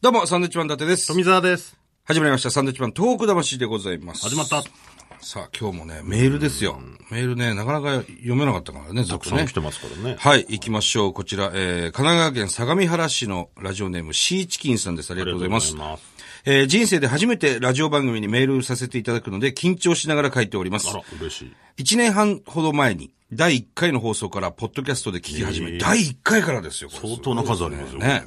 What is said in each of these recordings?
どうも、サンドウィッチマン伊達です。富澤です。始まりました。サンドウィッチマン、東北魂でございます。始まった。さあ、今日もね、メールですよ。メールね、なかなか読めなかったからね、ずっとね。ますからね。はい、行きましょう。こちら、えー、神奈川県相模原市のラジオネーム、シーチキンさんです。ありがとうございます。ありがとうございえー人生で初めてラジオ番組にメールさせていただくので、緊張しながら書いておりますあ。ら、嬉しい。 1年半ほど前に、第1回の放送から、ポッドキャストで聞き始め、第1回からですよ、これ相当な数ありますよ。ね。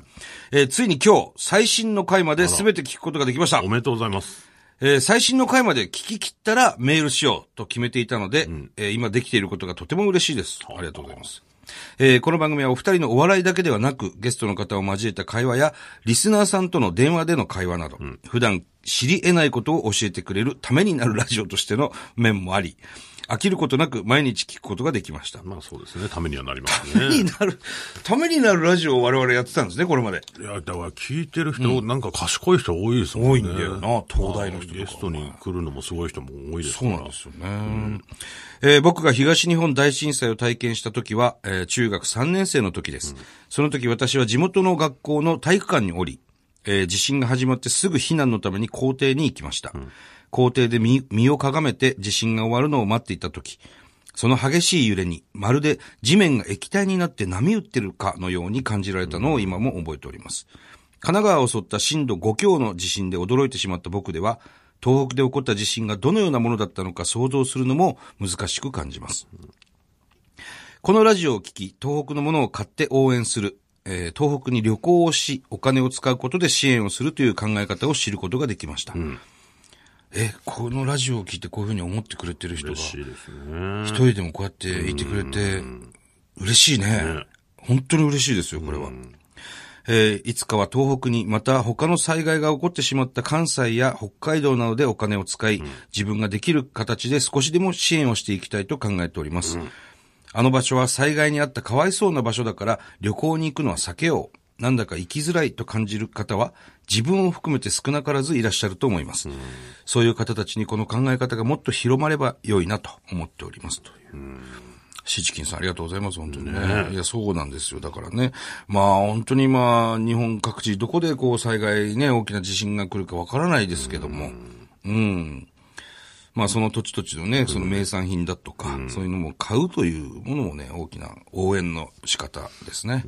えーついに今日、最新の回まで全て聞くことができましたお。めでとうございます。えー最新の回まで聞き切ったらメールしようと決めていたので、えー今できていることがとても嬉しいです。ありがとうございます。えーこの番組はお二人のお笑いだけではなく、ゲストの方を交えた会話や、リスナーさんとの電話での会話など、普段知り得ないことを教えてくれるためになるラジオとしての面もあり、飽きることなく毎日聞くことができました。まあそうですね、ためにはなりますにね。なる、ためになるラジオを我々やってたんですね、これまで。 いや、だから聞いてる人、なんか賢い人多いですもん多ね。いんだよな東大の人とかゲストに来るのもすごい人も多いですそうなんですよね、えー僕が東日本大震災を体験した時は、えー中学3年生の時です、その時私は地元の学校の体育館におり、えー地震が始まってすぐ避難のために校庭に行きました。校庭で身身をかがめて地震が終わるのを待っていた時、その激しい揺れに、まるで地面が液体になって波打ってるかのように感じられたのを今も覚えております。神奈川を襲った震度5強の地震で驚いてしまった僕では、東北で起こった地震がどのようなものだったのか想像するのも難しく感じます。このラジオを聞き、東北のものを買って応援する、えー東北に旅行をし、お金を使うことで支援をするという考え方を知ることができました。え、このラジオを聞いてこういうふうに思ってくれてる人が嬉しいですね。一人でもこうやっていてくれて、嬉しいね。本当に嬉しいですよ、これは。えーいつかは東北に、また他の災害が起こってしまった関西や北海道などでお金を使い、自分ができる形で少しでも支援をしていきたいと考えております。あの場所は災害にあったかわいそうな場所だから旅行に行くのは避けよう。なんだか行きづらいと感じる方は自分を含めて少なからずいらっしゃると思います。そういう方たちにこの考え方がもっと広まれば良いなと思っておりますという。シチキンさんありがとうございます、本当にね。いや、そうなんですよ。だからね。まあ、本当にまあ、日本各地、どこでこう災害ね、大きな地震が来るかわからないですけども。うんまあその土地土地のね、その名産品だとか、そういうのも買うというものもね、大きな応援の仕方ですね。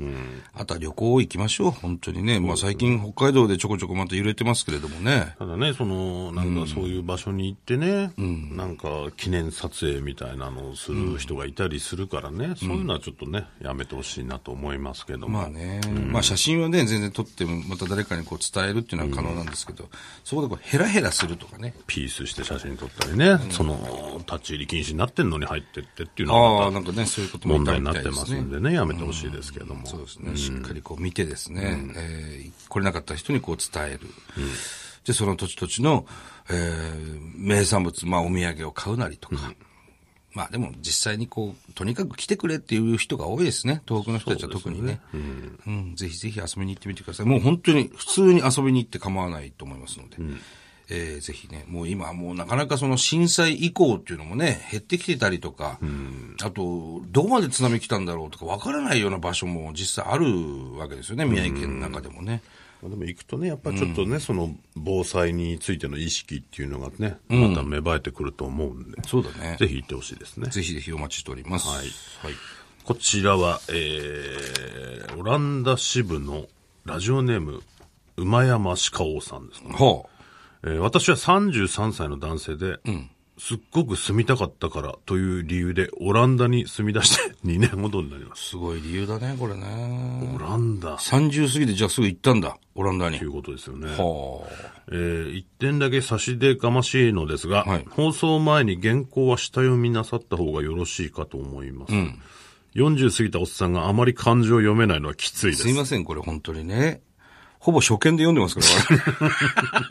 あとは旅行行きましょう、本当にね。まあ最近北海道でちょこちょこまた揺れてますけれどもね。ただね、その、なんかそういう場所に行ってね、なんか記念撮影みたいなのをする人がいたりするからね、そういうのはちょっとね、やめてほしいなと思いますけども。まあね、まあ写真はね、全然撮っても、また誰かにこう伝えるっていうのは可能なんですけど、そこでこうヘラヘラするとかね。ピースして写真撮ったりね、その、立ち入り禁止になってんのに入ってってっていうのはああ、なんかね、そういうことも問いた題にみなたっいてでますすね。んでね、やめてほしいですけども。そうですね。しっかりこう見てですね、えー来れなかった人にこう伝える。で、その土地土地の、えー名産物、まあお土産を買うなりとか。まあでも実際にこう、とにかく来てくれっていう人が多いですね。東北の人たちは特にね。うん。ぜひぜひ遊びに行ってみてください。もう本当に普通に遊びに行って構わないと思いますので。えーぜひね、もう今、もうなかなかその震災以降っていうのもね、減ってきてたりとか、あと、どこまで津波来たんだろうとか、わからないような場所も実際あるわけですよね、宮城県の中でもね。まあでも行くとね、やっぱりちょっとね、その防災についての意識っていうのがね、また芽生えてくると思うんで、そうだね。ぜひ行ってほしいですね。ぜひぜひお待ちしております。はい。こちらは、えー、オランダ支部のラジオネーム、馬山鹿王さんですね、ほえー私は33歳の男性で、すっごく住みたかったからという理由で、オランダに住み出して 2年ほどになりまう。す。すごい理由だね、これね。オランダ30過ぎてじゃあすぐ行ったんだ、オランダにとい。うことですよね。はえー一点だけ差し出がましいのですが、はい放送前に原稿は下読みなさった方がよろしいかと思います。40過ぎたおっさんがあまり漢字を読めないのはきついあ。ですすい。ません、これ本当にね。ほぼ初見で読んでます から、我々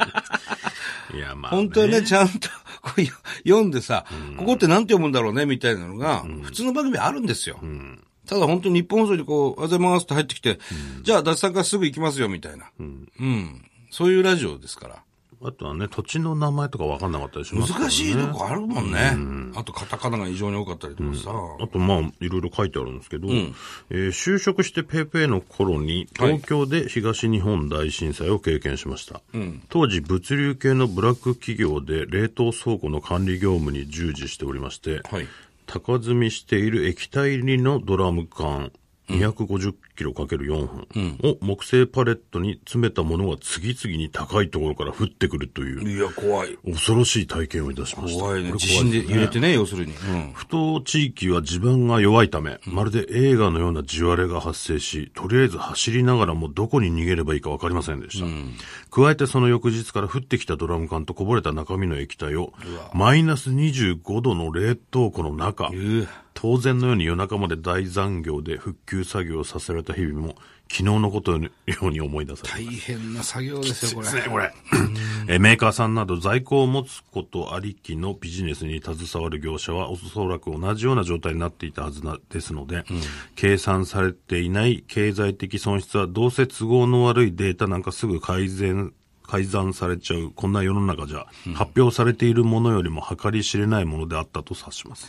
いや、まあ、本当はね、ちゃんとこうよ読んでさ、ここってなんて読むんだろうね、みたいなのが、普通の番組あるんですよ。ただ本当に日本放送にこう、あざいますって入ってきて、じゃあ、脱散からすぐ行きますよ、みたいな。うん。そういうラジオですから。あとはね、土地の名前とか分かんなかったりしますから、難ね、しいとこあるもんね。あと、カタカナが異常に多かったりとかさ。あと、まあ、いろいろ書いてあるんですけど、えー就職してペーペーの頃に、東京で東日本大震災を経験しました。当時、物流系のブラック企業で冷凍倉庫の管理業務に従事しておりまして、はい高積みしている液体入りのドラム缶、250キロ ×4 本を木製パレットに詰めたものが次々に高いところから降ってくるといういや、怖い。恐ろしい体験をいたしました。怖いね。これ地震で揺れてね、要するに。うん。不当地域は地盤が弱いため、まるで映画のような地割れが発生し、とりあえず走りながらもどこに逃げればいいか分かりませんでした。加えてその翌日から降ってきたドラム缶とこぼれた中身の液体を、マイナス25度の冷凍庫の中、う当然のように夜中まで大残業で復旧作業をさせられた日々も、昨日のことのように思い出されます大変な作業ですよ、これ。これ。えーメーカーさんなど在庫を持つことありきのビジネスに携わる業者はおそらく同じような状態になっていたはずなですので、計算されていない経済的損失はどうせ都合の悪いデータなんかすぐ改善、改ざんされちゃう、こんな世の中じゃ、発表されているものよりも計り知れないものであったと察します。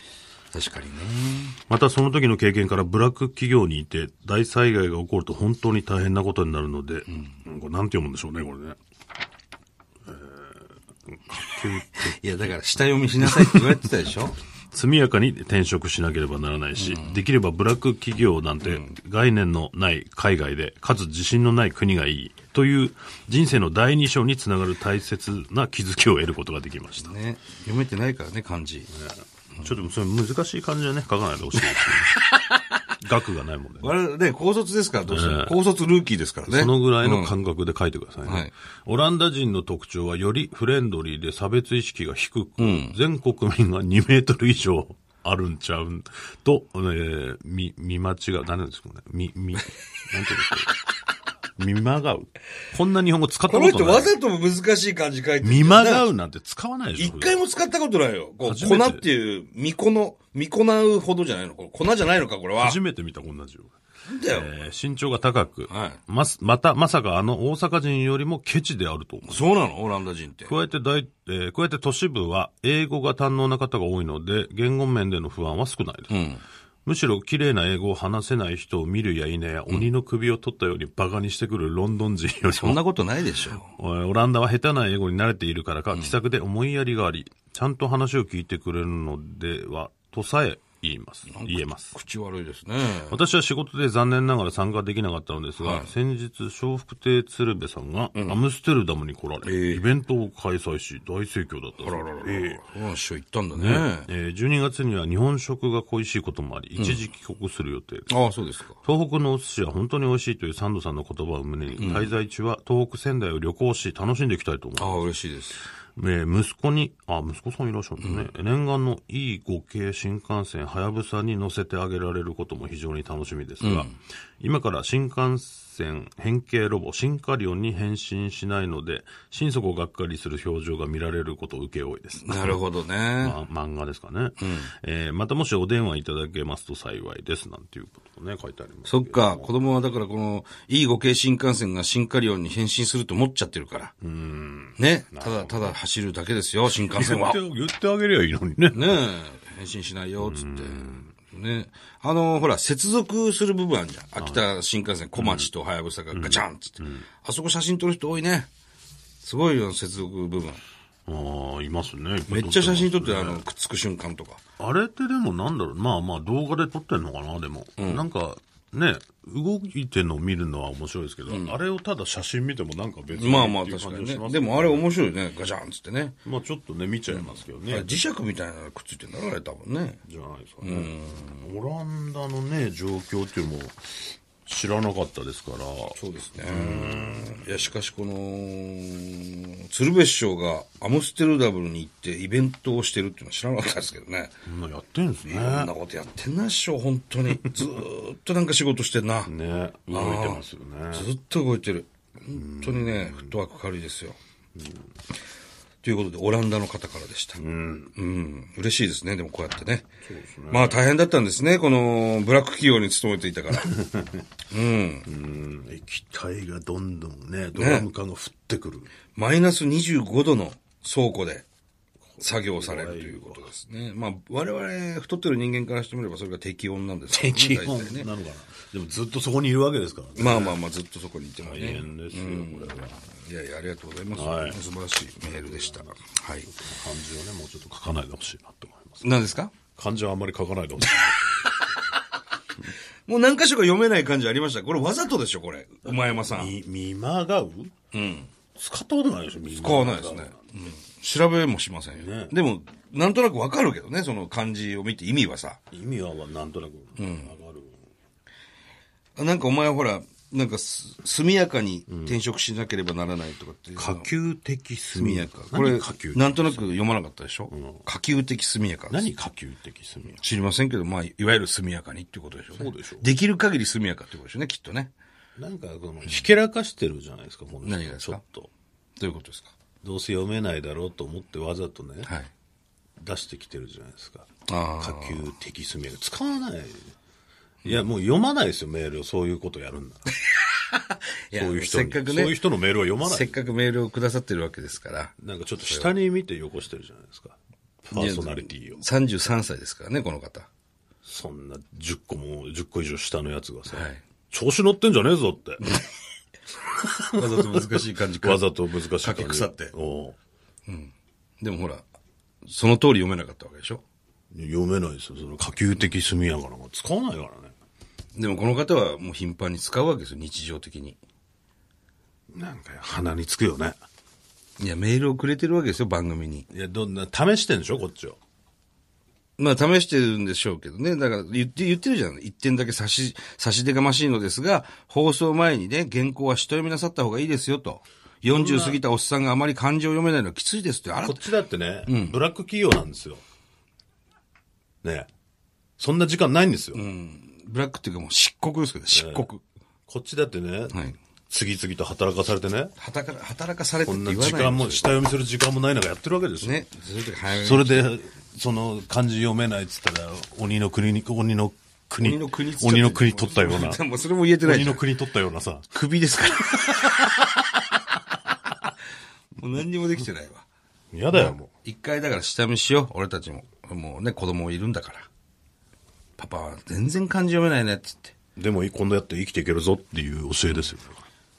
確かにね。またその時の経験からブラック企業にいて、大災害が起こると本当に大変なことになるので、これなんて読むんでしょうね、これね。いや、だから、下読みしなさいって言われてたでしょ 速やかに転職しなければならないし、できればブラック企業なんて概念のない海外で、かつ自信のない国がいいという人生の第二章につながる大切な気づきを得ることができました。ね。読めてないからね、漢字。ちょっとそれ難しい感じでね、書かないでほしいですね。額がないもんね。我々ね、高卒ですから、どうしても。高卒ルーキーですからね。そのぐらいの感覚で書いてくださいね。はいオランダ人の特徴はよりフレンドリーで差別意識が低く、全国民が2メートル以上あるんちゃうんと、えー、み、見間違う。何なんですかね。み、み、なんていうんですか。 見まがう。こんな日本語使ったここのと人なわい。ざとも難しい漢字書いてる見まがうなんて使わないでしょ。一回も使ったことないよ。こ初う、めて粉っていう、見この、見こなうほどじゃないのこれ粉じゃないのか、これは。初めて見た、こんな字を。なんだよ。えー身長が高く、はいまま、また、まさかあの大阪人よりもケチであると思う。そうなのオランダ人って。加えて大、えー加えて都市部は英語が堪能な方が多いので、言語面での不安は少ないです。うん。むしろ綺麗な英語を話せない人を見るや否や、鬼の首を取ったようにバカにしてくるロンドン人よりそんも、なことないでしょ。えーオランダは下手な英語に慣れているからか、気さくで思いやりがあり、ちゃんと話を聞いてくれるのでは、とさえ言います。言えます。口悪いですね。私は仕事で残念ながら参加できなかったのですが、先日、笑福亭鶴瓶さんがアムステルダムに来られ、ええイベントを開催し、大盛況だったそあうですらららら。そうなんしょ、言ったんだえね。え12月には日本食が恋しいこともあり、一時帰国する予定です。ああ、そうですか。東北のお寿司は本当に美味しいというサンドさんの言葉を胸に、滞在中は東北仙台を旅行し、楽しんでいきたいと思うああ、嬉しいです。えー息子に、あ、息子さんいらっしゃるんですね。念願の E5 系新幹線、はやぶさに乗せてあげられることも非常に楽しみですが、今から新幹線変形ロボ、新カリオンに変身しないので、心底がっかりする表情が見られることを受け負いです。なるほどね。ま、漫画ですかね、えーまたもしお電話いただけますと幸いです、なんていうこともね、書いてあります。そっか、子供はだからこの E5 系新幹線が新カリオンに変身すると思っちゃってるから。ね。ただ、ただ走るだけですよ、新幹線言っ は。てね言ってあげりゃいいのにね。え、変身しないよ、つって。ね。あの、ほら、接続する部分あるじゃん。秋田新幹線、小町と早草がガチャンつって。あそこ写真撮る人多いね。すごいよ、接続部分。ああ、いますね。めっちゃ写真撮ってる、あの、くっつく瞬間とか。あれってでもなんだろう、まあまあ動画で撮ってんのかな、でも。なんか、ね、動いてんのを見るのは面白いですけど、あれをただ写真見てもなんか別にまあまあ、っていう確か感にじがしね。ますでもあれ面白いね、ガチャンつってね。まあちょっとね、見ちゃいますけどね。磁石みたいなのくっついてんだろ、あれ多分ね。じゃないですかね。オランダのね、状況っていうのも知らなかったですから。そうですね。いや、しかしこの、鶴瓶師匠がアムステルダブルに行ってイベントをしてるっていうのは知らなかったですけどね。そんなやってんですね。こんなことやってんな、師匠、本当 に。ずーっとなんか仕事してんな。ね、動いてますよね。ずっと動いてる。本当にね、フットワーク軽いですよ。ということで、オランダの方からでした。うん。嬉しいですね、でもこうやってね。そうですね。まあ大変だったんですね、この、ブラック企業に勤めていたから。うん。うん液体がどんどんね、ドラム缶が降ってくる。マイナス25度の倉庫で作業されるということですね。まあ、我々、太ってる人間からしてみればそれが適温なんですけどね基大本体ねなのかな。でもずっとそこにいるわけですからね。まあまあまあ、ずっとそこにいても大ね。変ですよ、これは。いやいや、ありがとうございます。はい素晴らしいメールでした。はい。漢字をね、もうちょっと書かないでほしいなって思います。何ですか漢字はあんまり書かないでほしい。もう何箇所か読めない感じありました。これわざとでしょ、これ。馬山さん。 み、見まがううん。使ったことないでしょ、見使わないですね。うん調べもしませんよ。ねでも、なんとなくわかるけどね、その漢字を見て意味はさ。意味はなんとなくわかる。なんかお前はほら、なんかす速やかに転職しなければならないとかっていうのは、下級的速速ややかか。。何これ下級、なんとなく読まなかったでしょ、下級的速やかです何下級的速やか。知りませんけど、まあ、いわゆる速やかにっていうことでしょうね。そうでしょうきる限り速やかってことでしょうね、きっとね。なんか、この、ひけらかしてるじゃないですか、この人何がですちょかっと。どういうことですかどうせ読めないだろうと思ってわざとね、はい。出してきてるじゃないですか。あ下級的速やか。使わない。いや、もう読まないですよ、メールを。そういうことやるんなら。いやそういう人せっに。かくそういうね、人のメールは読まなせっい。かくメールをくださってるわけですから。なんかちょっと下に見てよこしてるじゃないですか。パーソナリティを。 33歳ですからね、この方。そんな10個も、10個以上下のやつがさ、 はい調子乗ってんじゃねえぞって。わざと難しい感じかわざと難しいかけくさっておうでもほら、その通り読めなかったわけでしょ読めないですよ。その下級的速やからも使わないからね。でもこの方はもう頻繁に使うわけですよ、日常的に。なんか鼻につくよね。いや、メールをくれてるわけですよ、番組に。いや、どんな、試してんでしょこっちを。まあ、試してるんでしょうけどね。だから、言って、言ってるじゃない。一点だけ差し、差し出がましいのですが、放送前にね、原稿は一読みなさった方がいいですよと。40過ぎたおっさんがあまり漢字を読めないのはきついですって。あらこっ、ちだってね、ブラック企業なんですよ。ねえそんな時間ないんですよ。ブラックっていうかもう漆黒ですけど、漆黒。こっちだってね、はい次々と働かされてね、働か、働かされてこってん言なわない時間も、下読みする時間もない中やってるわけですよ。ね。そういう時早めにそれで、その漢字読めないっつったら、鬼の国に、鬼の国、鬼の国っつっちゃって鬼の国取ったような、 もうそれも言えてない鬼じゃのん。国取ったようなさ、首ですから。もう何にもできてないわ。嫌だよ、も一回だから下見しよう。俺たちも。もうね、子供いるんだから。パパは全然漢字読めないねって言って。う。でも、今度やって生きていけるぞっていう教えですよ。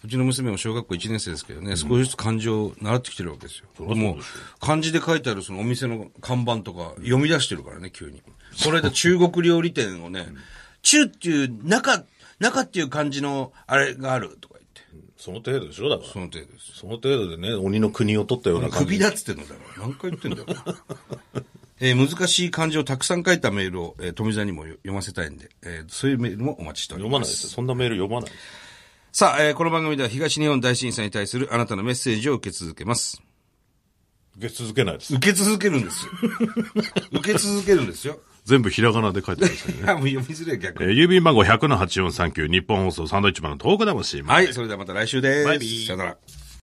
うちの娘も小学校1年生ですけどね、少しずつ漢字を習ってきてるわけですよ。りゃそうでしょもう、漢字で書いてあるそのお店の看板とか読み出してるからね、急に。これで中国料理店をね、中っていう、中、中っていう漢字のあれがあるとか言って。その程度でしょ、だから。その程度です。その程度でね、鬼の国を取ったような感じ。首だっつってんのだから。何回言ってんだよ。 えー難しい漢字をたくさん書いたメールを、えー富澤にも読ませたいんで、えーそういうメールもお待ちしており読ます。まないですよ。そんなメール読まないです。さあ、えーこの番組では東日本大震災に対するあなたのメッセージを受け続けます。受け続けないです。受け続けるんです よ。受け続けるんですよ。全部ひらがなで書いてますあもう読みづら い逆えに。ー、郵便番号100-8439、日本放送サンドイッチマンのトーク魂。はい、それではまた来週です。バイビーさよなら。